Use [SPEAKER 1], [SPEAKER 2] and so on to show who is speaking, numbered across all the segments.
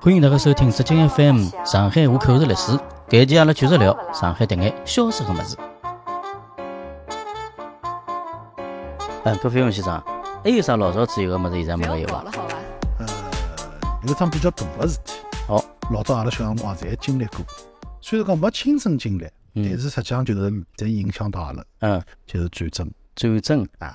[SPEAKER 1] 欢迎大家收听浙江 FM《上海户口的历史》。这一期阿拉继续聊上海迭眼消失的物事。嗯，葛飞鸿先生，还有啥老早子有个物事现在
[SPEAKER 2] 不
[SPEAKER 1] 没
[SPEAKER 2] 要
[SPEAKER 1] 了有啊伐？
[SPEAKER 2] 搞了好伐？
[SPEAKER 3] 呃，有一桩比较大个事体。
[SPEAKER 1] 哦，
[SPEAKER 3] 老早阿拉小辰光侪经历过，虽然讲没亲身经历，
[SPEAKER 1] 嗯
[SPEAKER 3] 但是实际上就是侪影响到阿拉，
[SPEAKER 1] 嗯，
[SPEAKER 3] 就是战争
[SPEAKER 1] 战争，
[SPEAKER 3] 啊。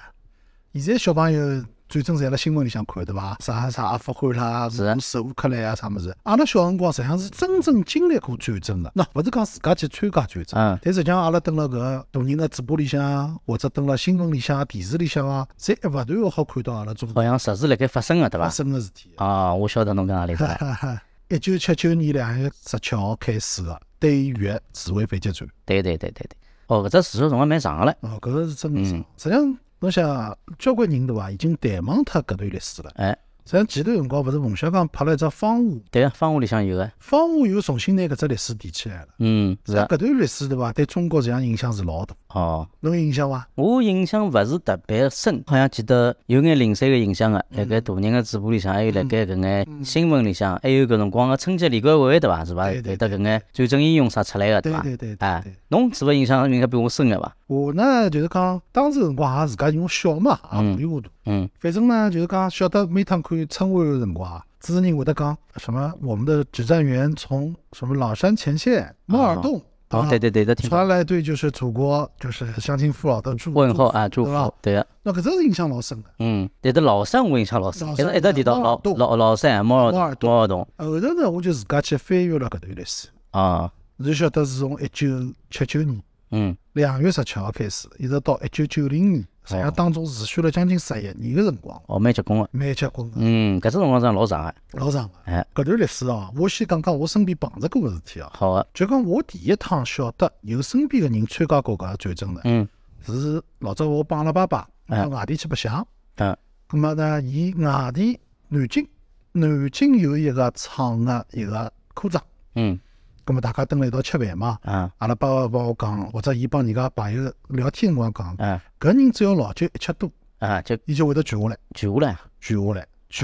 [SPEAKER 3] 现在小朋友战争侪辣新闻里向看对伐？啥啥阿富汗啦，
[SPEAKER 1] 是啊
[SPEAKER 3] 俄罗斯乌克兰啊啥物事。阿拉小辰光实际上是真正经历过战争的，喏，勿是讲自家去参加战争。
[SPEAKER 1] 嗯，
[SPEAKER 3] 但实际上，阿拉蹲辣搿个大人的嘴巴里向，或者蹲辣新闻里向、电视里向啊，侪一勿断个好看到阿拉中
[SPEAKER 1] 好
[SPEAKER 3] 国
[SPEAKER 1] 像实时辣盖发生个对
[SPEAKER 3] 发
[SPEAKER 1] 伐？
[SPEAKER 3] 生个事体。
[SPEAKER 1] 啊，我晓得侬讲何里搭
[SPEAKER 3] 哈。 哈哈！一九七九年两月十七号开始个对越自卫反击战，
[SPEAKER 1] 对对对对对。哦，搿只持续辰光蛮长个唻。
[SPEAKER 3] 哦，搿个是真个
[SPEAKER 1] 嗯
[SPEAKER 3] 长。实际上，侬想，交关人对伐，已经淡忘脱搿段历史了。
[SPEAKER 1] 哎，
[SPEAKER 3] 实际上，前段辰光勿是冯小刚拍了一只《芳华》，《
[SPEAKER 1] 对个，啊方屋里向有个。
[SPEAKER 3] 芳华》又重新拿搿只历史提起来了。
[SPEAKER 1] 嗯，是个。
[SPEAKER 3] 搿段历史对伐，对中国实际上影响是老大。
[SPEAKER 1] 哦，
[SPEAKER 3] 侬有印象伐？
[SPEAKER 1] 我印象勿是特别深，好像记得有眼零散个印象个，啊
[SPEAKER 3] 嗯
[SPEAKER 1] 辣盖大人个嘴巴里向，还有辣盖搿眼新闻里向，还有搿辰光个春节联欢会对伐？是伐？
[SPEAKER 3] 对
[SPEAKER 1] 有
[SPEAKER 3] 对
[SPEAKER 1] 得搿眼战争英雄啥出来个
[SPEAKER 3] 对
[SPEAKER 1] 伐？
[SPEAKER 3] 对对对
[SPEAKER 1] 哎
[SPEAKER 3] 对。，
[SPEAKER 1] 侬是勿是印象应该比我深个伐？
[SPEAKER 3] 我呢，就是讲，当时辰光也自家因为小啊嘛，也糊里糊涂。
[SPEAKER 1] 嗯，
[SPEAKER 3] 反正呢，就是讲晓得每趟看春晚的辰光啊，主持人会得讲什么我们的指战员从什么朗山前线、猫耳洞，
[SPEAKER 1] 哦，
[SPEAKER 3] 吧
[SPEAKER 1] 对对对，都听过。
[SPEAKER 3] 传来对就是祖国就是乡亲父老的祝
[SPEAKER 1] 问候啊，祝
[SPEAKER 3] 对吧
[SPEAKER 1] 福，对个。
[SPEAKER 3] 那搿真是印象老深的。
[SPEAKER 1] 嗯，对的，老三我印象老深，一
[SPEAKER 3] 老
[SPEAKER 1] 直
[SPEAKER 3] 三
[SPEAKER 1] 一直提到
[SPEAKER 3] 老
[SPEAKER 1] 老
[SPEAKER 3] 洞
[SPEAKER 1] 老老三、啊猫
[SPEAKER 3] 猫
[SPEAKER 1] 耳
[SPEAKER 3] 耳洞
[SPEAKER 1] 猫耳洞
[SPEAKER 3] 后头呢，呃我就自家去翻阅了搿段历史，
[SPEAKER 1] 啊，
[SPEAKER 3] 就晓得是从一九七九年
[SPEAKER 1] 嗯，
[SPEAKER 3] 两月十七号开始，一直到一九九零年，实际上当中持续了将近十一年的辰光，
[SPEAKER 1] 哦，蛮结棍个，
[SPEAKER 3] 蛮结棍的。
[SPEAKER 1] 嗯，搿只辰光真的老长个，
[SPEAKER 3] 老长了。
[SPEAKER 1] 哎，
[SPEAKER 3] 搿段历史哦，我先讲讲我身边碰着过个事体哦。
[SPEAKER 1] 好个，
[SPEAKER 3] 就讲我第一趟晓得有身边个人参加过搿个战争呢，
[SPEAKER 1] 嗯
[SPEAKER 3] 是老早我帮阿拉爸爸
[SPEAKER 1] 哎
[SPEAKER 3] 到外地去白相，
[SPEAKER 1] 嗯，
[SPEAKER 3] 葛末呢，伊外地南京，南京有一个厂个一个科长，
[SPEAKER 1] 嗯
[SPEAKER 3] 葛末大家蹲辣一道吃饭嘛。
[SPEAKER 1] 啊
[SPEAKER 3] 阿拉爸爸帮我讲，或者伊帮人家朋友聊天辰光讲，
[SPEAKER 1] 啊
[SPEAKER 3] 搿人只要老酒一吃多，
[SPEAKER 1] 啊，就
[SPEAKER 3] 伊就会得chuyển下来，
[SPEAKER 1] 举下来，啊
[SPEAKER 3] chuyển下来，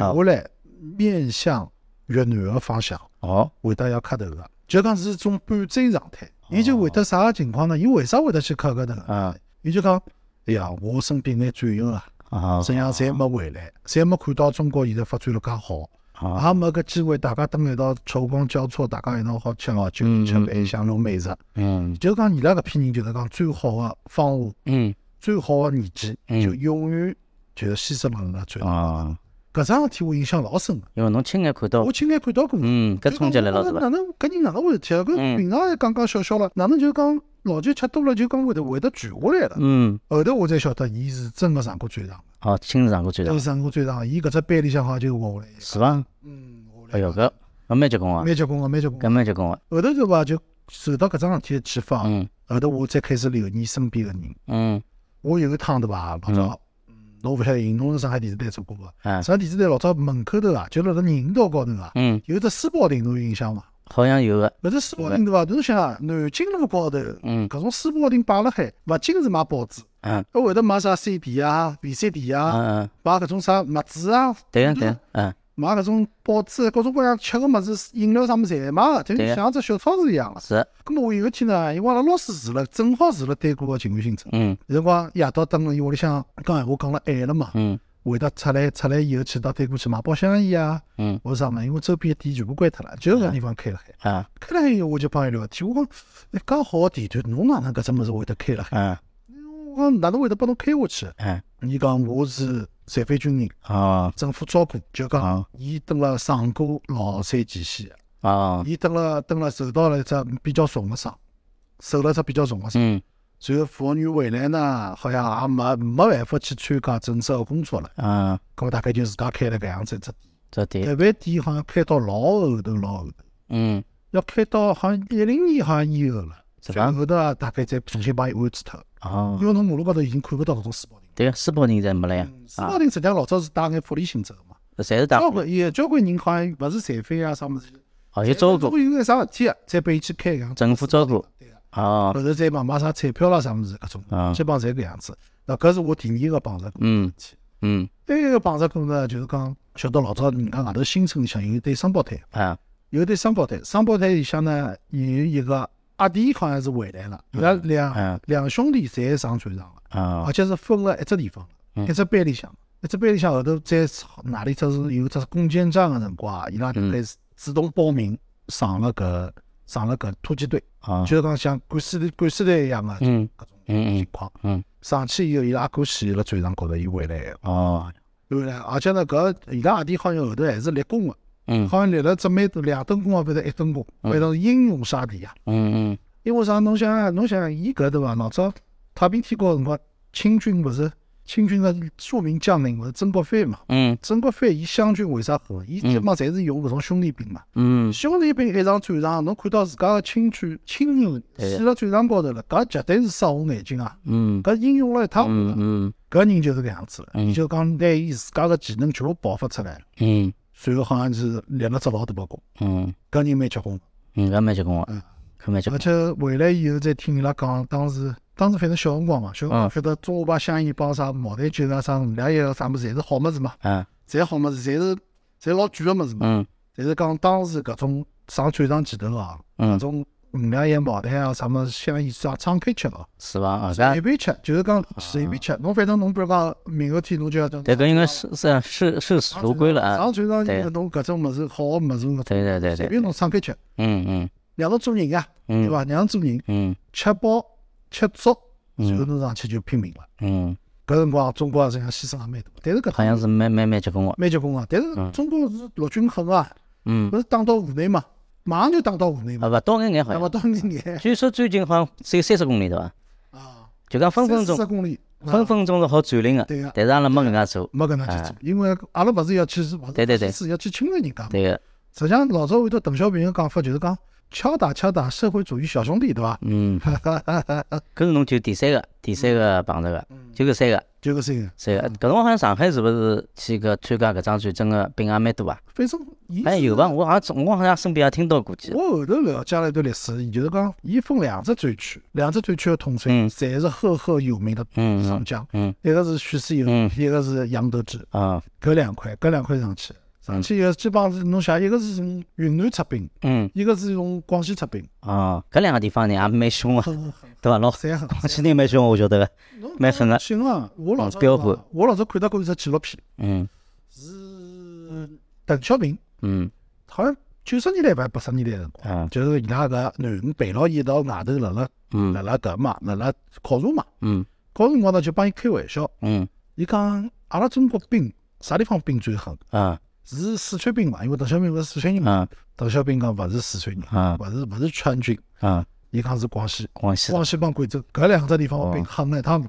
[SPEAKER 1] 好
[SPEAKER 3] chuyển下来，面向越南个方向。
[SPEAKER 1] 哦，
[SPEAKER 3] 会得要磕头个，就讲是一种半醉状态。伊就会得啥个情况呢？伊为啥会得去磕搿头？
[SPEAKER 1] 哦啊，
[SPEAKER 3] 伊就讲，哎呀，我身边眼战友啊，
[SPEAKER 1] 啊
[SPEAKER 3] 实际上侪没回来，侪没看到中国现在发展了介好，
[SPEAKER 1] 啊，
[SPEAKER 3] 也没搿机会大家蹲辣一道仇光交错，大家一道好吃哦，就
[SPEAKER 1] 嗯
[SPEAKER 3] 吃饭享受美食。
[SPEAKER 1] 嗯
[SPEAKER 3] 就讲伊拉搿批人就是讲最好个方法，
[SPEAKER 1] 嗯
[SPEAKER 3] 最好个年纪，
[SPEAKER 1] 嗯
[SPEAKER 3] 就永远就是牺牲了辣战友。
[SPEAKER 1] 啊，
[SPEAKER 3] 搿桩事体我印象老深个，
[SPEAKER 1] 因为侬亲眼看到
[SPEAKER 3] 我，亲眼看到过。
[SPEAKER 1] 嗯，搿冲击力
[SPEAKER 3] 了
[SPEAKER 1] 了是伐？
[SPEAKER 3] 哪能搿人哪能会事体啊？
[SPEAKER 1] 嗯
[SPEAKER 3] 搿平常还讲讲笑笑了，哪能就讲老酒吃多了就讲会得会得聚下来了？
[SPEAKER 1] 嗯，
[SPEAKER 3] 后头我才晓得，伊是真个上过战场，
[SPEAKER 1] 哦，亲自上过最
[SPEAKER 3] 真
[SPEAKER 1] 的
[SPEAKER 3] 个，上过战场。伊搿只班里向好像就活下来。
[SPEAKER 1] 是伐？
[SPEAKER 3] 嗯，活下
[SPEAKER 1] 哎
[SPEAKER 3] 来
[SPEAKER 1] 哟，。搿搿蛮结棍啊，
[SPEAKER 3] 蛮结棍个，蛮结棍
[SPEAKER 1] 搿
[SPEAKER 3] 个。
[SPEAKER 1] 蛮结棍个，
[SPEAKER 3] 后头对伐，就受到搿桩事体的启发，
[SPEAKER 1] 嗯
[SPEAKER 3] 后头我才开始留意身边个人。
[SPEAKER 1] 嗯
[SPEAKER 3] 我有一趟对伐，老早，嗯侬勿晓得，侬是上海电视台做过个，
[SPEAKER 1] 啊
[SPEAKER 3] 上海电视台老早门口头啊，就辣辣人行道高头啊，
[SPEAKER 1] 嗯，
[SPEAKER 3] 有只书包亭，侬有印象伐？
[SPEAKER 1] 好像有个，
[SPEAKER 3] 搿只书包亭对伐？侬想啊，南京路高头，
[SPEAKER 1] 嗯
[SPEAKER 3] 搿种书包亭摆辣海，勿仅是卖报纸，
[SPEAKER 1] 嗯
[SPEAKER 3] 还会得卖啥 CD 啊、VCD 啊，
[SPEAKER 1] 嗯嗯，
[SPEAKER 3] 卖搿种啥物子啊，
[SPEAKER 1] 对个对个，嗯
[SPEAKER 3] 卖搿种报纸，啊各种各样吃个物事、饮料啥物事侪卖，就
[SPEAKER 1] 对
[SPEAKER 3] 像只小超市一样个。
[SPEAKER 1] 是，
[SPEAKER 3] 咁么我有一天呢，因为阿拉老师住了，正好住了对过个情感新村，
[SPEAKER 1] 嗯
[SPEAKER 3] 有辰光夜到蹲辣伊屋里向讲闲话讲了晚了嘛，
[SPEAKER 1] 嗯
[SPEAKER 3] 会得出来出来以后去到对过去买包香烟啊，
[SPEAKER 1] 嗯
[SPEAKER 3] 或者啥物事，因为周边的店全部关脱了，就搿地方开了海。
[SPEAKER 1] 啊
[SPEAKER 3] 开了海以后，我就帮伊聊天，我讲，哎，介好个地段，侬哪能搿只物事会得开了海？
[SPEAKER 1] 啊
[SPEAKER 3] 我讲哪能会得帮侬开下去？
[SPEAKER 1] 啊
[SPEAKER 3] 伊讲我是残废军人，
[SPEAKER 1] 哦
[SPEAKER 3] 政府照顾，就讲
[SPEAKER 1] 啊
[SPEAKER 3] 伊蹲辣上过老三前线，
[SPEAKER 1] 哦，
[SPEAKER 3] 伊蹲辣蹲辣受到了一只比较重个伤，受了一只比较重个伤。
[SPEAKER 1] 嗯
[SPEAKER 3] 随后服务员回来呢，好像也没没办法去参加正式个工作了，
[SPEAKER 1] 啊，
[SPEAKER 3] 搿么大概就自家开了搿样子一只店，
[SPEAKER 1] 这对，
[SPEAKER 3] 特别店好像开到老后头老后头，
[SPEAKER 1] 嗯
[SPEAKER 3] 要开到好像一零年好像以后了。
[SPEAKER 1] 是
[SPEAKER 3] 然
[SPEAKER 1] 伐？
[SPEAKER 3] 后头啊，大概再重新帮伊安置脱，
[SPEAKER 1] 哦
[SPEAKER 3] 因。为侬马路高头已经看勿到搿种书包亭。
[SPEAKER 1] 对个，世博人才没了呀，
[SPEAKER 3] 书
[SPEAKER 1] 啊
[SPEAKER 3] 包，亭实际上老早是带眼福利性质个嘛，
[SPEAKER 1] 侪是打
[SPEAKER 3] 交
[SPEAKER 1] 工，
[SPEAKER 3] 关也交关人好像勿是残废啊啥物事，
[SPEAKER 1] 哦，有照顾，
[SPEAKER 3] 如果有眼啥事体啊，再拨伊去开搿样。
[SPEAKER 1] 政府照顾，
[SPEAKER 3] 对个，
[SPEAKER 1] 哦，
[SPEAKER 3] 后头再帮买啥彩票啦啥物事搿种
[SPEAKER 1] 啊，
[SPEAKER 3] 基本上侪搿样子。那搿是我第二个碰着过
[SPEAKER 1] 嗯
[SPEAKER 3] 事体。
[SPEAKER 1] 嗯
[SPEAKER 3] 还有一个碰着过呢，就是讲晓得老早人家外头新村里向有一对双胞胎，
[SPEAKER 1] 啊
[SPEAKER 3] 有一对双胞胎，双胞胎里向呢有一个阿弟好像是回来了，伊拉两
[SPEAKER 1] 嗯
[SPEAKER 3] 两兄弟侪上船上了。
[SPEAKER 1] 啊
[SPEAKER 3] 而且是分了一只地方，
[SPEAKER 1] 嗯
[SPEAKER 3] 一只班里向，一只班里向后头再哪里只是有只攻坚战个辰光啊，伊拉大概是主动报名上了搿上了搿突击队，
[SPEAKER 1] 啊
[SPEAKER 3] 就是讲像管四队管四队一样个搿
[SPEAKER 1] 嗯
[SPEAKER 3] 种
[SPEAKER 1] 嗯
[SPEAKER 3] 情
[SPEAKER 1] 嗯
[SPEAKER 3] 况。
[SPEAKER 1] 嗯
[SPEAKER 3] 上去以后，伊拉阿哥死辣船上高头，伊回来个，
[SPEAKER 1] 哦
[SPEAKER 3] 回来，而且呢，搿伊拉阿弟好像后头还是立功个，
[SPEAKER 1] 嗯
[SPEAKER 3] 好像立了只蛮多两等功啊，变成一等功，变成英勇杀敌啊。
[SPEAKER 1] 嗯嗯
[SPEAKER 3] 因为啥？侬想啊，侬想啊伊搿对伐？老早太平天国辰光，清军勿是清军个著名将领勿是曾国藩嘛？
[SPEAKER 1] 嗯
[SPEAKER 3] 曾国藩伊湘军为啥好？伊基本上侪是用搿种兄弟兵嘛。
[SPEAKER 1] 嗯
[SPEAKER 3] 兄弟兵一上战场，侬看到自家个亲眷亲友
[SPEAKER 1] 对
[SPEAKER 3] 死辣战场高头了，搿绝对是杀红眼睛啊！
[SPEAKER 1] 嗯
[SPEAKER 3] 搿英勇了一塌糊涂
[SPEAKER 1] 嗯
[SPEAKER 3] 啊。
[SPEAKER 1] 嗯
[SPEAKER 3] 搿人就是搿样子了，
[SPEAKER 1] 嗯
[SPEAKER 3] 伊就讲拿伊自家个技能全部爆发出来了，
[SPEAKER 1] 嗯
[SPEAKER 3] 随后好像是立了只老大个功。
[SPEAKER 1] 嗯
[SPEAKER 3] 搿人蛮结棍的。
[SPEAKER 1] 嗯，搿蛮结棍
[SPEAKER 3] 嗯
[SPEAKER 1] 个，搿蛮结
[SPEAKER 3] 而
[SPEAKER 1] 棍。
[SPEAKER 3] 且回来以后再听伊拉讲，当时当时反正小辰光嘛，小辰光
[SPEAKER 1] 嗯
[SPEAKER 3] 晓得中华牌香烟帮啥茅台酒啊啥五粮液啊啥么子，侪是好么子嘛，
[SPEAKER 1] 啊
[SPEAKER 3] 侪好么子，侪是侪老贵个么子嘛。
[SPEAKER 1] 嗯
[SPEAKER 3] 但是讲当时搿种上战场前头啊，搿
[SPEAKER 1] 嗯
[SPEAKER 3] 种五粮液、茅台啊啥么子香烟啥敞开吃哦，
[SPEAKER 1] 是伐？啊
[SPEAKER 3] 随
[SPEAKER 1] 搿
[SPEAKER 3] 便吃，就是讲随便吃。侬反正侬比如讲明后天侬就要讲，
[SPEAKER 1] 啊对搿应该是是是是
[SPEAKER 3] 上
[SPEAKER 1] 合规了啊
[SPEAKER 3] 上。战场以
[SPEAKER 1] 对
[SPEAKER 3] 后侬搿种么子好个么子，侬
[SPEAKER 1] 对对对
[SPEAKER 3] 随
[SPEAKER 1] 对，
[SPEAKER 3] 便侬敞开吃，
[SPEAKER 1] 嗯嗯
[SPEAKER 3] 让侬做人啊，对
[SPEAKER 1] 嗯
[SPEAKER 3] 伐？让侬做人。
[SPEAKER 1] 嗯
[SPEAKER 3] 吃饱吃足，然后侬上去就拼命了。
[SPEAKER 1] 嗯，
[SPEAKER 3] 搿辰光中国实际上牺牲也蛮大，但是搿
[SPEAKER 1] 好像是蛮蛮蛮结棍个。
[SPEAKER 3] 蛮结棍啊。但是
[SPEAKER 1] 嗯
[SPEAKER 3] 中国是陆军狠啊，
[SPEAKER 1] 嗯
[SPEAKER 3] 勿，是打到湖南嘛，马上就打到湖南嘛，
[SPEAKER 1] 啊勿到眼眼好
[SPEAKER 3] 嗯那
[SPEAKER 1] 像
[SPEAKER 3] 么，到眼眼
[SPEAKER 1] 据说最近好像只有三十公里对伐？
[SPEAKER 3] 啊，
[SPEAKER 1] 就讲分分钟
[SPEAKER 3] 十公里，啊
[SPEAKER 1] 分分钟是好占领个，
[SPEAKER 3] 对个，啊
[SPEAKER 1] 但是阿拉没搿能介做。
[SPEAKER 3] 没搿能去做，因为阿拉勿是要去，勿是
[SPEAKER 1] 哎对对对
[SPEAKER 3] 要去是要去侵略人家嘛。
[SPEAKER 1] 对啊个，
[SPEAKER 3] 实际上老早有头邓小平个讲法就是讲敲打敲打社会主义小兄弟，对伐？
[SPEAKER 1] 嗯，搿是侬就第三个第三个碰着个，就搿三个。
[SPEAKER 3] 就搿三个，
[SPEAKER 1] 三个，搿辰光好像上海是勿是去搿参加搿张战争个兵也蛮多啊？
[SPEAKER 3] 反正伊
[SPEAKER 1] 哎，
[SPEAKER 3] 是
[SPEAKER 1] 有伐？我好像我好像身边也听到过记。
[SPEAKER 3] 我后头了解了一段历史，伊就是讲，伊分两只战区，两只战区的统帅
[SPEAKER 1] 嗯
[SPEAKER 3] 侪是赫赫有名的
[SPEAKER 1] 嗯
[SPEAKER 3] 上将，
[SPEAKER 1] 嗯
[SPEAKER 3] 一个是许世友，
[SPEAKER 1] 嗯
[SPEAKER 3] 一个是杨得志，
[SPEAKER 1] 啊，
[SPEAKER 3] 搿两块，搿两块上去，
[SPEAKER 1] 嗯
[SPEAKER 3] 上去以后基本上是侬想，一个是从云南出兵，
[SPEAKER 1] 嗯
[SPEAKER 3] 一个是从广西出兵，
[SPEAKER 1] 啊，搿两个地方人也蛮 凶啊，
[SPEAKER 3] 很狠，
[SPEAKER 1] 对伐？老
[SPEAKER 3] 侪狠。
[SPEAKER 1] 广西人蛮凶，我晓得个。
[SPEAKER 3] 侬
[SPEAKER 1] 蛮狠的
[SPEAKER 3] 行啊，我老早
[SPEAKER 1] 嗯彪悍
[SPEAKER 3] 我老早看到过一只纪录片，
[SPEAKER 1] 嗯
[SPEAKER 3] 是邓小平，
[SPEAKER 1] 嗯
[SPEAKER 3] 好像九十年代吧，八十年代的辰光，
[SPEAKER 1] 啊
[SPEAKER 3] 就是伊拉搿囡恩陪牢伊到外头辣辣辣
[SPEAKER 1] 嗯
[SPEAKER 3] 辣搿嘛，辣辣考察嘛。
[SPEAKER 1] 嗯
[SPEAKER 3] 搿辰光呢就帮伊开玩笑，
[SPEAKER 1] 嗯
[SPEAKER 3] 伊讲阿拉中国兵啥地方兵最狠？
[SPEAKER 1] 啊
[SPEAKER 3] 是四川兵嘛？因为邓小平勿是四川人嘛。
[SPEAKER 1] 啊
[SPEAKER 3] 邓小平讲勿是四川人，
[SPEAKER 1] 啊
[SPEAKER 3] 勿是勿是川军，
[SPEAKER 1] 啊！
[SPEAKER 3] 伊讲是广西。
[SPEAKER 1] 广西
[SPEAKER 3] 广西帮贵州搿两只地方
[SPEAKER 1] 哦
[SPEAKER 3] 兵狠了一趟，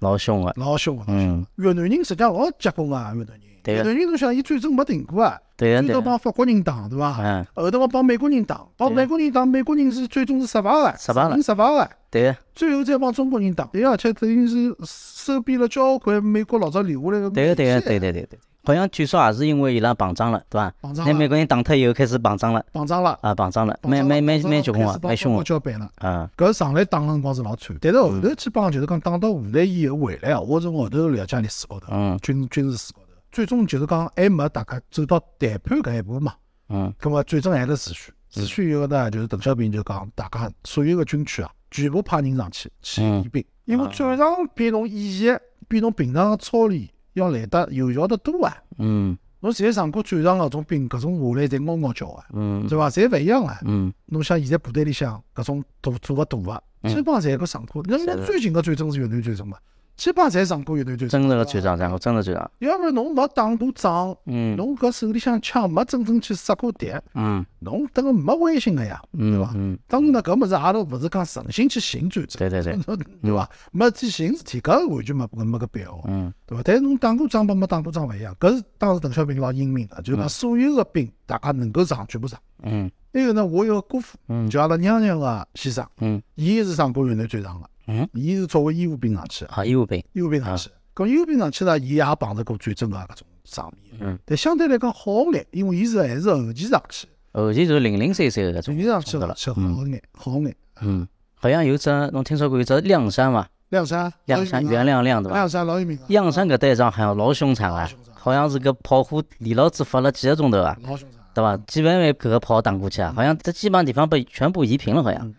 [SPEAKER 1] 老凶个，
[SPEAKER 3] 老凶啊！
[SPEAKER 1] 嗯，
[SPEAKER 3] 越南人实际上老结棍啊，越南人。
[SPEAKER 1] 对
[SPEAKER 3] 越
[SPEAKER 1] 个
[SPEAKER 3] 南人侬想，伊战争没停过啊，
[SPEAKER 1] 对
[SPEAKER 3] 最
[SPEAKER 1] 个
[SPEAKER 3] 早
[SPEAKER 1] 对个，
[SPEAKER 3] 帮法国人打，对伐？
[SPEAKER 1] 嗯
[SPEAKER 3] 后头我帮美国人打，帮
[SPEAKER 1] 对
[SPEAKER 3] 美国人打，美国人是最终是失败了，
[SPEAKER 1] 失败了
[SPEAKER 3] 已经失败了。
[SPEAKER 1] 对啊个
[SPEAKER 3] 最后再帮中国人打，对啊，而且等于是收编了交关美国老早留下来个
[SPEAKER 1] 对个对个对
[SPEAKER 3] 个
[SPEAKER 1] 对对对，好像据说也是因为伊拉膨胀了，对伐？
[SPEAKER 3] 膨胀
[SPEAKER 1] 那美
[SPEAKER 3] 了，
[SPEAKER 1] 国人打脱以后开始膨胀了
[SPEAKER 3] 膨胀了，
[SPEAKER 1] 啊，膨胀了，
[SPEAKER 3] 膨胀
[SPEAKER 1] 蛮
[SPEAKER 3] 了
[SPEAKER 1] 蛮蛮蛮结棍
[SPEAKER 3] 开
[SPEAKER 1] 个
[SPEAKER 3] 始，帮
[SPEAKER 1] 蛮凶
[SPEAKER 3] 中国
[SPEAKER 1] 个
[SPEAKER 3] 交办了。
[SPEAKER 1] 啊，
[SPEAKER 3] 搿上来打个辰光是老惨，但是后
[SPEAKER 1] 嗯
[SPEAKER 3] 头基本上就是讲打到湖南以后回来啊，我从后头了解历史高头，
[SPEAKER 1] 嗯
[SPEAKER 3] 军军事史高头，最终就是讲还没大家走到谈判搿一步嘛。
[SPEAKER 1] 嗯
[SPEAKER 3] 咁么战争还是持续，持续以后呢，就是邓小平就讲，大家所有个军区啊，全部派人上去去
[SPEAKER 1] 嗯
[SPEAKER 3] 练兵，因为战场比侬演习，比侬平常个操练要来得有效得多啊。
[SPEAKER 1] 嗯
[SPEAKER 3] 侬现在上过战场搿种兵，搿种下来侪嗷嗷叫啊，
[SPEAKER 1] 嗯
[SPEAKER 3] 对伐？侪勿一样啊。
[SPEAKER 1] 嗯。
[SPEAKER 3] 侬像现在部队里向搿种大做个大个，
[SPEAKER 1] 嗯
[SPEAKER 3] 基本上侪搿上过。那
[SPEAKER 1] 是
[SPEAKER 3] 侬
[SPEAKER 1] 的
[SPEAKER 3] 最近个战争是越南战争嘛？基本上侪上过越南战争，
[SPEAKER 1] 真实个战场，然后真实战场，
[SPEAKER 3] 要不然侬没打过仗，
[SPEAKER 1] 嗯
[SPEAKER 3] 侬搿手里向枪没真正去杀过敌，
[SPEAKER 1] 嗯
[SPEAKER 3] 侬等个没威信个呀。
[SPEAKER 1] 嗯
[SPEAKER 3] 吧
[SPEAKER 1] 嗯，
[SPEAKER 3] 当然呢，搿物事阿拉勿是讲诚心去寻战争，
[SPEAKER 1] 对对对，
[SPEAKER 3] 对伐？没去寻事体，搿完全没没搿必要，
[SPEAKER 1] 嗯
[SPEAKER 3] 对伐？但是侬打过仗帮没打过仗勿一样，搿是当时邓小平老英明个，就是讲所有个兵大家能够上全部上。
[SPEAKER 1] 嗯
[SPEAKER 3] 还有呢，我有个姑父，
[SPEAKER 1] 嗯
[SPEAKER 3] 就阿拉娘娘个先生，
[SPEAKER 1] 嗯
[SPEAKER 3] 伊是上过越南战场个，
[SPEAKER 1] 嗯，啊
[SPEAKER 3] 伊是作为义务兵上去的，
[SPEAKER 1] 好，义务兵，
[SPEAKER 3] 义务兵上去的。搿义务兵上去呢，伊也碰着过战争个搿啊种场面，
[SPEAKER 1] 嗯，
[SPEAKER 3] 但相对来讲好眼，因为伊是还是后期上去的，
[SPEAKER 1] 后期哦就是零零碎碎个搿
[SPEAKER 3] 后
[SPEAKER 1] 种
[SPEAKER 3] 期上去
[SPEAKER 1] 懂得
[SPEAKER 3] 了，
[SPEAKER 1] 了
[SPEAKER 3] 是好眼好眼。
[SPEAKER 1] 嗯，好像有只侬听说过有只亮山伐？
[SPEAKER 3] 亮山，
[SPEAKER 1] 亮山袁亮亮对伐？
[SPEAKER 3] 呃啊亮山老有名啊，
[SPEAKER 1] 阳山搿搭一仗好像老凶残
[SPEAKER 3] 老
[SPEAKER 1] 啊
[SPEAKER 3] 凶残，
[SPEAKER 1] 好像是个炮火连老子发了几个钟头啊，
[SPEAKER 3] 老凶残。
[SPEAKER 1] 对伐？几万枚搿个炮打过去
[SPEAKER 3] 嗯
[SPEAKER 1] 啊，好像这基本上地方被全部夷平了，好像，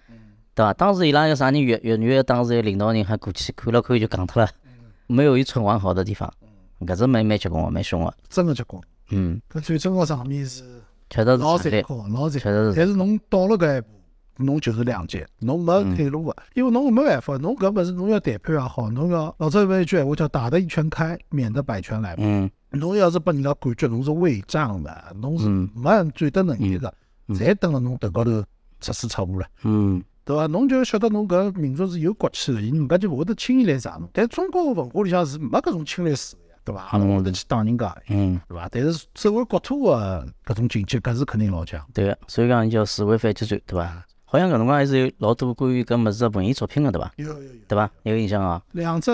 [SPEAKER 1] 对伐？当时伊拉个啥人越越越当时有领导人还过去看了看就讲脱了，
[SPEAKER 3] 嗯
[SPEAKER 1] 没有一寸完好的地方，搿只蛮蛮结棍个，蛮凶个，
[SPEAKER 3] 真个结棍。
[SPEAKER 1] 嗯，
[SPEAKER 3] 搿战争个场面是
[SPEAKER 1] 确实是
[SPEAKER 3] 老
[SPEAKER 1] 惨
[SPEAKER 3] 残
[SPEAKER 1] 烈，
[SPEAKER 3] 酷的，老
[SPEAKER 1] 确
[SPEAKER 3] 残酷
[SPEAKER 1] 实
[SPEAKER 3] 的。
[SPEAKER 1] 是
[SPEAKER 3] 但是侬到了搿一步，侬就是两界，侬
[SPEAKER 1] 嗯
[SPEAKER 3] 没退路个，啊因为侬没办法，侬搿物事侬要谈判也好，侬要老早有一句闲话叫“打得一拳开，免得百拳来”。
[SPEAKER 1] 嗯嗯
[SPEAKER 3] 侬要是拨人家感觉侬是畏战的，侬是没人战得能力的，侪蹲辣侬头高头出师出无了。
[SPEAKER 1] 嗯
[SPEAKER 3] 对伐？侬就晓得侬搿民族是有骨气的，伊人家就勿会得轻易来杀侬。但中国个文化里向是没搿种侵略史的呀，对伐？阿拉会得去打人家，
[SPEAKER 1] 嗯，
[SPEAKER 3] 对伐？但是守卫国土个搿种警戒，搿是肯定老强。
[SPEAKER 1] 对个，所以讲叫示威反击战，对伐？好像搿辰光还是有老多关于搿物事个文艺作品个，对伐？
[SPEAKER 3] 有有有，
[SPEAKER 1] 对伐？有印象啊？
[SPEAKER 3] 两只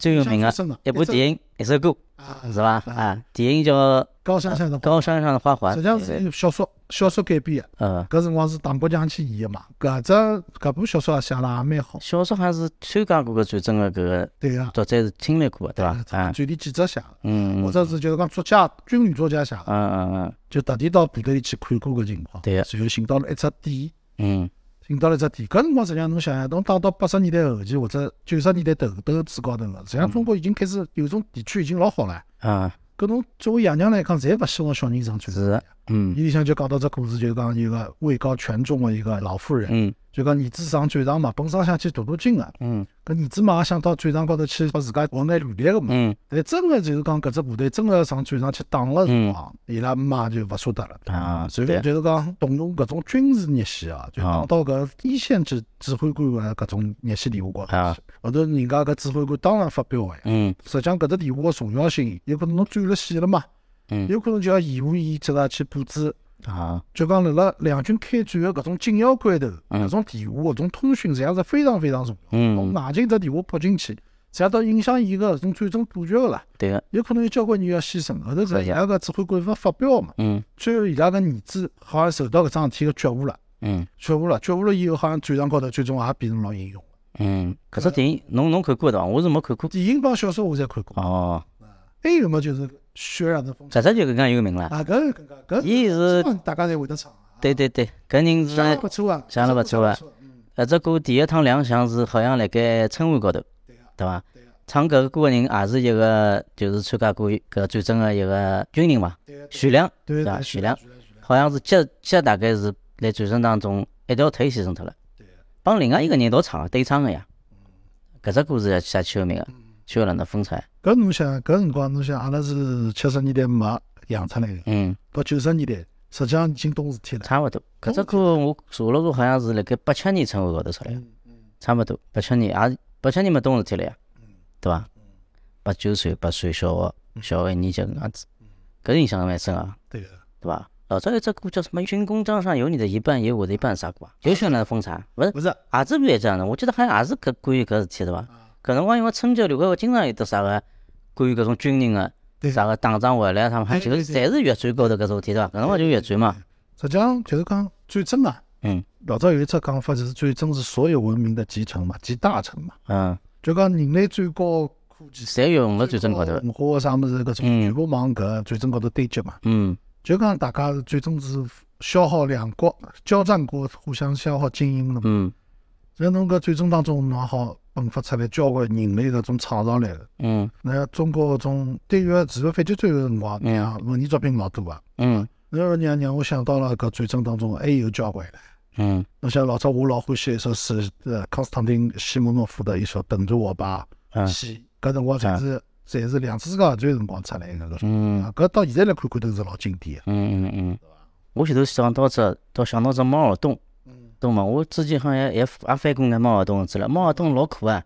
[SPEAKER 1] 最有名个
[SPEAKER 3] 印象最深的
[SPEAKER 1] 一部电影，一首歌，
[SPEAKER 3] 啊，
[SPEAKER 1] 是伐？啊，电影叫
[SPEAKER 3] 高山山的
[SPEAKER 1] 《啊高山上的花环
[SPEAKER 3] 实际》，上是一个小说，小说改编
[SPEAKER 1] 呃，
[SPEAKER 3] 个。搿辰光是唐国强去演个嘛，搿只搿部小说也写了也蛮好，
[SPEAKER 1] 小说好像是参加过搿战争的搿个
[SPEAKER 3] 对啊个。
[SPEAKER 1] 作者是经历过的，对伐？啊，
[SPEAKER 3] 传记记者写的，
[SPEAKER 1] 嗯
[SPEAKER 3] 或
[SPEAKER 1] 嗯
[SPEAKER 3] 者是就是讲作家、军旅作家写的，
[SPEAKER 1] 嗯嗯
[SPEAKER 3] 就特地到部队里去看过搿情况，
[SPEAKER 1] 对啊
[SPEAKER 3] 然
[SPEAKER 1] 个
[SPEAKER 3] 后寻到了一只点，
[SPEAKER 1] 嗯
[SPEAKER 3] 寻到了一只点。搿辰光实际上侬想想，侬打到八十年代后期或者九十年代头头子高头了，实际上中国已经开始有种地区已经老好了。
[SPEAKER 1] 嗯啊，
[SPEAKER 3] 搿侬作为爷娘来讲，侪勿希望小人上战场。
[SPEAKER 1] 是的，嗯
[SPEAKER 3] 伊里向就讲到只故事，就讲有个位高权重的一个老妇人，
[SPEAKER 1] 嗯
[SPEAKER 3] 就讲儿子上战场嘛，本身想去镀镀金个，
[SPEAKER 1] 嗯
[SPEAKER 3] 搿儿子嘛也想到战场高头去，帮自家混眼履历个嘛。
[SPEAKER 1] 嗯
[SPEAKER 3] 但真个就是讲搿只部队真个上战场去打了辰光，伊拉妈就勿舍得了。
[SPEAKER 1] 嗯啊，
[SPEAKER 3] 所以
[SPEAKER 1] 对，
[SPEAKER 3] 就是讲动用搿种军事热线啊，就讲到搿一线指指挥官个搿种热线电话高头
[SPEAKER 1] 啊
[SPEAKER 3] 去，后头人家搿指挥官当然发表个呀。
[SPEAKER 1] 嗯
[SPEAKER 3] 实际上搿只电话个重要性，有可能侬转了线了嘛，
[SPEAKER 1] 嗯
[SPEAKER 3] 有可能就要延误伊这个去布置。
[SPEAKER 1] 啊，
[SPEAKER 3] 就讲辣辣两军开战个搿种紧要关头，搿种电话搿种通讯实际上是非常非常重要。侬
[SPEAKER 1] 嗯，
[SPEAKER 3] 硬劲只电话拨进去，实际上到影响伊个搿种战争布局个啦。
[SPEAKER 1] 对个，
[SPEAKER 3] 有可能有交关人要牺牲，后头
[SPEAKER 1] 是
[SPEAKER 3] 是
[SPEAKER 1] 的
[SPEAKER 3] 伊拉个指挥官发发表嘛，
[SPEAKER 1] 嗯
[SPEAKER 3] 最后伊拉个儿子好像受到搿桩事体个觉悟了，
[SPEAKER 1] 嗯
[SPEAKER 3] 觉悟了，觉悟了以后，好像战场高头最终也变成老英勇。
[SPEAKER 1] 嗯，搿只电影侬侬看过对伐？我是没看过。
[SPEAKER 3] 电影帮小说我侪看过，
[SPEAKER 1] 哦，
[SPEAKER 3] 还有么就是《血染的风景
[SPEAKER 1] 直接就搿能有名》了。
[SPEAKER 3] 啊，搿搿搿
[SPEAKER 1] 伊是
[SPEAKER 3] 搿大家侪会得唱啊，
[SPEAKER 1] 对对对，搿人
[SPEAKER 3] 相当
[SPEAKER 1] 是
[SPEAKER 3] 不错啊，
[SPEAKER 1] 相当不错啊
[SPEAKER 3] 相当不错，嗯，
[SPEAKER 1] 搿只歌第一趟亮相是好像辣盖春晚高头，
[SPEAKER 3] 对啊，
[SPEAKER 1] 对伐？
[SPEAKER 3] 对啊，
[SPEAKER 1] 唱搿个歌个人也是一个，就是参加过搿战争个一个军人嘛，
[SPEAKER 3] 对啊，
[SPEAKER 1] 徐良，
[SPEAKER 3] 对
[SPEAKER 1] 吧
[SPEAKER 3] 啊，
[SPEAKER 1] 徐
[SPEAKER 3] 徐
[SPEAKER 1] 良
[SPEAKER 3] 徐良，徐良
[SPEAKER 1] 好像是脚脚大概是辣战争当中一条腿牺牲脱了，
[SPEAKER 3] 对嗯啊，
[SPEAKER 1] 帮另外一个人一道唱个对唱个呀。搿只故事也写秋名个，
[SPEAKER 3] 嗯
[SPEAKER 1] 秋啊了那风采，
[SPEAKER 3] 搿侬想搿辰光侬想阿拉是七十年代末养出来个，
[SPEAKER 1] 嗯，
[SPEAKER 3] 到九十年代实际上已经懂事体了，
[SPEAKER 1] 差勿多。搿只歌我查了查，好像是辣盖八七年春晚高头出来
[SPEAKER 3] 嗯
[SPEAKER 1] 的，差勿多八七年也八七年没懂事体了呀，
[SPEAKER 3] 嗯
[SPEAKER 1] 对伐？八九岁、八岁小学小学一年级搿样子，
[SPEAKER 3] 嗯
[SPEAKER 1] 搿印象蛮深啊。
[SPEAKER 3] 对个。
[SPEAKER 1] 对吧？哦老早有只歌叫什么《军功章上有你的一半，也有我的一半》啥歌啊？就选了风采，不是
[SPEAKER 3] 不是，
[SPEAKER 1] 也是不是也这样的？我记得好像也是搿关于搿事体对
[SPEAKER 3] 啊
[SPEAKER 1] 伐？搿辰光因为春节联欢会经常有得啥个关于搿种军人个
[SPEAKER 3] 对哎
[SPEAKER 1] 啥个打仗回来啥么，还就
[SPEAKER 3] 对
[SPEAKER 1] 是
[SPEAKER 3] 对
[SPEAKER 1] 侪是越战高头搿种事体对伐？搿辰光就越战嘛，
[SPEAKER 3] 实际上就是讲战争啊，
[SPEAKER 1] 嗯
[SPEAKER 3] 老早有一只讲法，就是战争是所有文明的集成嘛，集大成嘛。
[SPEAKER 1] 嗯，
[SPEAKER 3] 就讲人类最高科技、
[SPEAKER 1] 侪用了战争高头，
[SPEAKER 3] 文化啥物事，搿种全部往搿战争高头堆积嘛。
[SPEAKER 1] 嗯
[SPEAKER 3] 就讲大家最终是消耗两国交战过，互相消耗经营的嘛。
[SPEAKER 1] 嗯
[SPEAKER 3] 在侬搿战争当中，侬也好迸发出来交关人类搿种创造力的。
[SPEAKER 1] 嗯
[SPEAKER 3] 那中国搿种对于自由反击战个辰光，
[SPEAKER 1] 嗯
[SPEAKER 3] 啊，文艺作品老多啊。
[SPEAKER 1] 嗯
[SPEAKER 3] 然后让让我想到了搿战争当中还哎有交关的。
[SPEAKER 1] 嗯
[SPEAKER 3] 侬像老早我老欢喜一首诗，呃，康斯坦丁·西蒙诺夫的一首《等着我吧》，
[SPEAKER 1] 嗯
[SPEAKER 3] 西，搿辰光侪是侪是两次世界大战辰光出来的搿首，
[SPEAKER 1] 嗯
[SPEAKER 3] 啊搿到现在来看看都是老经典的。
[SPEAKER 1] 嗯嗯嗯，我前头想到只，到想到只毛泽东。
[SPEAKER 3] 嗯，
[SPEAKER 1] 懂嘛？我之前好像也也也翻过眼毛泽东的资料，毛泽东老苦
[SPEAKER 3] 嗯
[SPEAKER 1] 啊，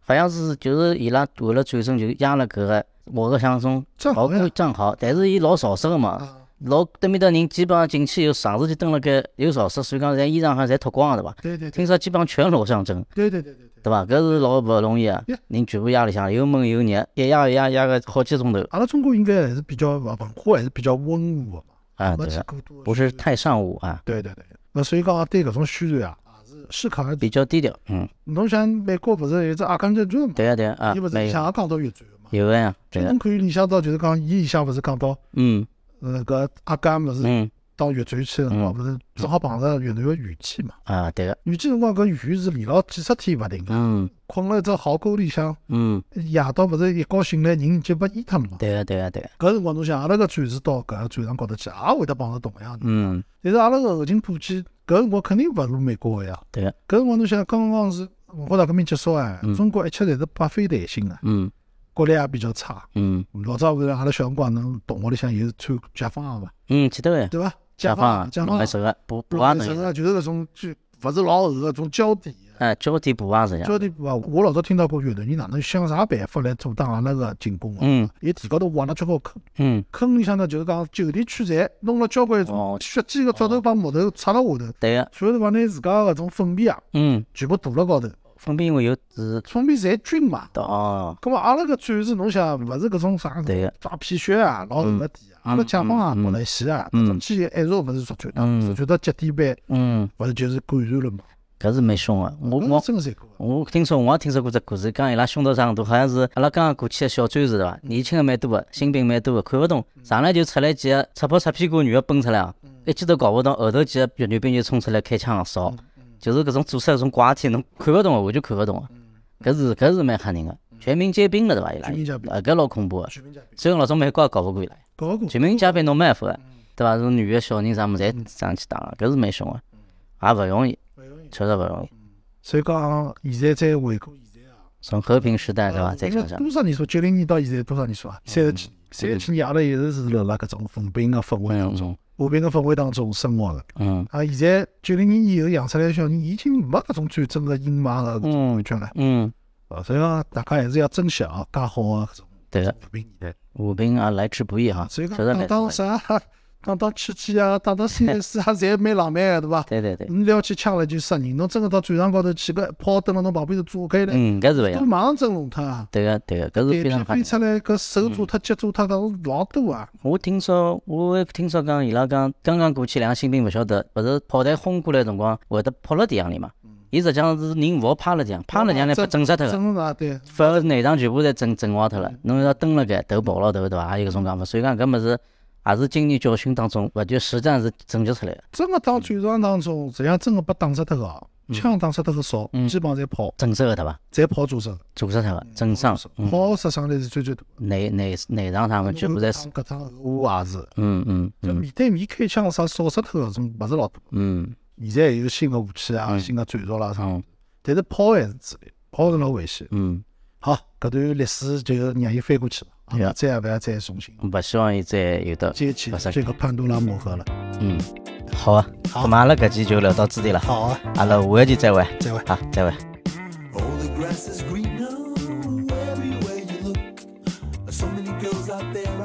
[SPEAKER 1] 好像是就是伊拉为了战争就压了搿个毛个乡中
[SPEAKER 3] 正
[SPEAKER 1] 老
[SPEAKER 3] 好呀啊
[SPEAKER 1] 管战壕，但是伊老潮湿个嘛，老对面的人基本上进去以后长时间蹲辣盖又潮湿，所以讲现在衣裳好像侪脱光了对伐？
[SPEAKER 3] 对对对
[SPEAKER 1] 听说基本上全裸上阵，
[SPEAKER 3] 对对对对对。
[SPEAKER 1] 对伐？搿是老勿容易啊
[SPEAKER 3] 呀，
[SPEAKER 1] 人全部压里向，又闷又热，一压一压压个好几个钟头
[SPEAKER 3] 阿拉中国应该还是比较文化还是比较温和的嘛，
[SPEAKER 1] 啊，
[SPEAKER 3] 没
[SPEAKER 1] 对
[SPEAKER 3] 去
[SPEAKER 1] 个，
[SPEAKER 3] 过多的
[SPEAKER 1] 不是太上午啊，
[SPEAKER 3] 对对对。那所以讲对搿种宣传啊，是适可而止。
[SPEAKER 1] 比较低调，嗯，
[SPEAKER 3] 侬想美国勿是有一只阿甘正传嘛？
[SPEAKER 1] 对呀、对呀、啊
[SPEAKER 3] 伊勿，是
[SPEAKER 1] 没有
[SPEAKER 3] 向阿讲到越战个嘛？
[SPEAKER 1] 有个呀，
[SPEAKER 3] 就
[SPEAKER 1] 对啊个
[SPEAKER 3] 侬，可以联想到，就是讲伊里向勿是讲到
[SPEAKER 1] 嗯
[SPEAKER 3] 呃搿阿甘勿是
[SPEAKER 1] 嗯
[SPEAKER 3] 到越战去个辰光，勿是正好碰着越南个雨季嘛？
[SPEAKER 1] 啊，对个，
[SPEAKER 3] 雨季辰光搿雨是连牢几十天勿停个，
[SPEAKER 1] 嗯
[SPEAKER 3] 困了一只壕沟里向，
[SPEAKER 1] 嗯，
[SPEAKER 3] 夜到勿是一觉醒来人就被淹脱了嘛？
[SPEAKER 1] 对个、啊对个、对个、
[SPEAKER 3] 搿辰光侬想，阿拉搿战士到搿个战场高头去，也会得碰着同样的。
[SPEAKER 1] 嗯
[SPEAKER 3] 但是阿拉个后勤补给，搿辰光肯定勿如美国个呀。
[SPEAKER 1] 对啊个、
[SPEAKER 3] 搿辰光侬想，刚刚是文化大革命结束哎，
[SPEAKER 1] 嗯
[SPEAKER 3] 中国一切侪是百废待兴啊，
[SPEAKER 1] 嗯
[SPEAKER 3] 国力也比较差。
[SPEAKER 1] 嗯
[SPEAKER 3] 老早勿是阿拉小辰光，侬同学里向有穿解放鞋伐？
[SPEAKER 1] 嗯，记得个呀，
[SPEAKER 3] 对伐？
[SPEAKER 1] 解
[SPEAKER 3] 放
[SPEAKER 1] 放
[SPEAKER 3] 解
[SPEAKER 1] 弄
[SPEAKER 3] 放
[SPEAKER 1] 个手个布布
[SPEAKER 3] 老
[SPEAKER 1] 啊
[SPEAKER 3] 眼
[SPEAKER 1] 能
[SPEAKER 3] 神
[SPEAKER 1] 有，
[SPEAKER 3] 啊，就是搿种就勿是老厚个种胶底的。
[SPEAKER 1] 哎，胶底布啊实际上，
[SPEAKER 3] 胶底布啊，我老早听到过越南人哪能想啥办法来阻挡阿拉个进攻啊？
[SPEAKER 1] 嗯
[SPEAKER 3] 伊地高头挖了交关坑，
[SPEAKER 1] 嗯，
[SPEAKER 3] 坑里向呢就是讲就地取材，弄了交关种
[SPEAKER 1] 哦
[SPEAKER 3] 血迹个石头帮木头插到下头，然
[SPEAKER 1] 对个、啊
[SPEAKER 3] 后头把拿自家个种粪便啊
[SPEAKER 1] 嗯，
[SPEAKER 3] 全部涂辣高头，
[SPEAKER 1] 封闭因为有是
[SPEAKER 3] 粪便侪菌嘛。
[SPEAKER 1] 的哦，
[SPEAKER 3] 咁么阿拉个战士，侬想勿是搿种啥
[SPEAKER 1] 对个、
[SPEAKER 3] 抓皮靴啊，老头个底啊，阿拉解放
[SPEAKER 1] 嗯
[SPEAKER 3] 啊，
[SPEAKER 1] 嗯嗯
[SPEAKER 3] 没来洗啊，
[SPEAKER 1] 嗯
[SPEAKER 3] 实际一直勿是逐传的，
[SPEAKER 1] 嗯
[SPEAKER 3] 逐传到极点班，
[SPEAKER 1] 嗯，
[SPEAKER 3] 勿是就是感染了嘛？
[SPEAKER 1] 搿是蛮凶个，我
[SPEAKER 3] 搿
[SPEAKER 1] 我
[SPEAKER 3] 是真个残酷的。
[SPEAKER 1] 我听说，我也听说过只故事，讲伊拉凶到啥程度，好像是阿拉刚刚过去的小战士对伐？年轻的蛮多个，新兵蛮多个，看勿懂，上来就出来几个赤跑赤屁股女个蹦出来啊，
[SPEAKER 3] 嗯
[SPEAKER 1] 一记头搞勿懂，后头几个越南兵就冲出来开枪扫，
[SPEAKER 3] 嗯
[SPEAKER 1] 就是搿种做出来搿种怪事体，侬看勿懂个，完全看勿懂个，搿是搿是蛮吓人个，全民皆兵了对伐？伊拉
[SPEAKER 3] 嗯全民皆兵嗯
[SPEAKER 1] 啊搿老恐怖个，
[SPEAKER 3] 全民皆兵，
[SPEAKER 1] 所以老早美国也搞勿过伊拉，
[SPEAKER 3] 搞过
[SPEAKER 1] 全民皆兵侬蛮服
[SPEAKER 3] 嗯
[SPEAKER 1] 个，对伐？从女个小人啥物事侪上去打了，搿是蛮凶
[SPEAKER 3] 嗯
[SPEAKER 1] 个，也勿容易，
[SPEAKER 3] 勿容易。
[SPEAKER 1] 确实勿容易。
[SPEAKER 3] 所以讲，现在再回顾现在啊，
[SPEAKER 1] 从和平时代对伐？
[SPEAKER 3] 呃
[SPEAKER 1] 再
[SPEAKER 3] 应该
[SPEAKER 1] 想想，嗯
[SPEAKER 3] 多少年数？九零年到现在多少年数啊？三十几年，三十几年，阿拉一直是辣辣搿种文兵啊个氛围、
[SPEAKER 1] 嗯嗯
[SPEAKER 3] 和平个氛围当中生活个。
[SPEAKER 1] 嗯。
[SPEAKER 3] 啊，现在九零年以后养出来个小人，已经没搿种战争个阴霾啊个
[SPEAKER 1] 嗯
[SPEAKER 3] 感觉了。
[SPEAKER 1] 嗯，
[SPEAKER 3] 啊，所以讲大家还是要珍惜啊，介好个搿种
[SPEAKER 1] 对个，
[SPEAKER 3] 和平年代。
[SPEAKER 1] 和平也啊来之不易哈，
[SPEAKER 3] 所
[SPEAKER 1] 确
[SPEAKER 3] 以
[SPEAKER 1] 实
[SPEAKER 3] 讲
[SPEAKER 1] 来
[SPEAKER 3] 打
[SPEAKER 1] 之不
[SPEAKER 3] 打
[SPEAKER 1] 易。
[SPEAKER 3] 啥，打打吃鸡啊，打打 CS 啊，侪蛮浪漫个，对伐？
[SPEAKER 1] 对对对，
[SPEAKER 3] 你不要去抢了就杀人，侬真个到战场高头去个炮蹲辣侬旁边头炸开了，
[SPEAKER 1] 嗯，搿是勿一
[SPEAKER 3] 都
[SPEAKER 1] 样。
[SPEAKER 3] 马上蒸笼脱啊！
[SPEAKER 1] 对个对个，搿
[SPEAKER 3] 弹
[SPEAKER 1] 是非
[SPEAKER 3] 片
[SPEAKER 1] 常
[SPEAKER 3] 飞
[SPEAKER 1] 吓。
[SPEAKER 3] 出来，搿手炸脱、脚炸脱，搿老多啊！
[SPEAKER 1] 我听说，我还听说讲伊拉讲刚刚过去两个新兵勿晓得，勿是炮弹轰过来的辰光会得趴辣地上里嘛？伊实际上是人勿好趴辣地上，趴辣地上来被
[SPEAKER 3] 真
[SPEAKER 1] 震杀脱个，
[SPEAKER 3] 真个啊，对，
[SPEAKER 1] 反而内脏全部侪震震坏脱了。侬要蹲辣盖，头爆了头对伐？也有搿种讲法，所以讲搿物事也是经验教训当中，勿就实战是总结出来个，
[SPEAKER 3] 真个当战场当中，实际上真个被打死脱个啊，枪打死脱个少，基本上侪跑，
[SPEAKER 1] 震慑个对伐？
[SPEAKER 3] 侪跑做伤，
[SPEAKER 1] 阻杀脱个，震伤，嗯
[SPEAKER 3] 跑杀伤力是最最大的。
[SPEAKER 1] 内内内脏啥物事
[SPEAKER 3] 嗯
[SPEAKER 1] 全部侪死。
[SPEAKER 3] 搿趟我也是，
[SPEAKER 1] 嗯嗯
[SPEAKER 3] 搿
[SPEAKER 1] 嗯
[SPEAKER 3] 面对面开枪啥烧杀脱搿种勿是老多。
[SPEAKER 1] 嗯
[SPEAKER 3] 现在有新个武器啊，新个战术啦啥，
[SPEAKER 1] 嗯
[SPEAKER 3] 但是炮还是主力，炮是老危险。
[SPEAKER 1] 嗯。
[SPEAKER 3] 好，搿段历史就让伊翻过去了，阿拉再也勿要再重新
[SPEAKER 1] 嗯不希望伊再有的，
[SPEAKER 3] 接起
[SPEAKER 1] 勿是
[SPEAKER 3] 这个潘多拉魔盒了。
[SPEAKER 1] 嗯，好啊，那么阿拉搿期就聊到这里了，
[SPEAKER 3] 好啊，
[SPEAKER 1] 阿拉下一期再会，
[SPEAKER 3] 再会。
[SPEAKER 1] 好，再会。
[SPEAKER 2] Oh, the grass is greener everywhere you look. There's so many girls out there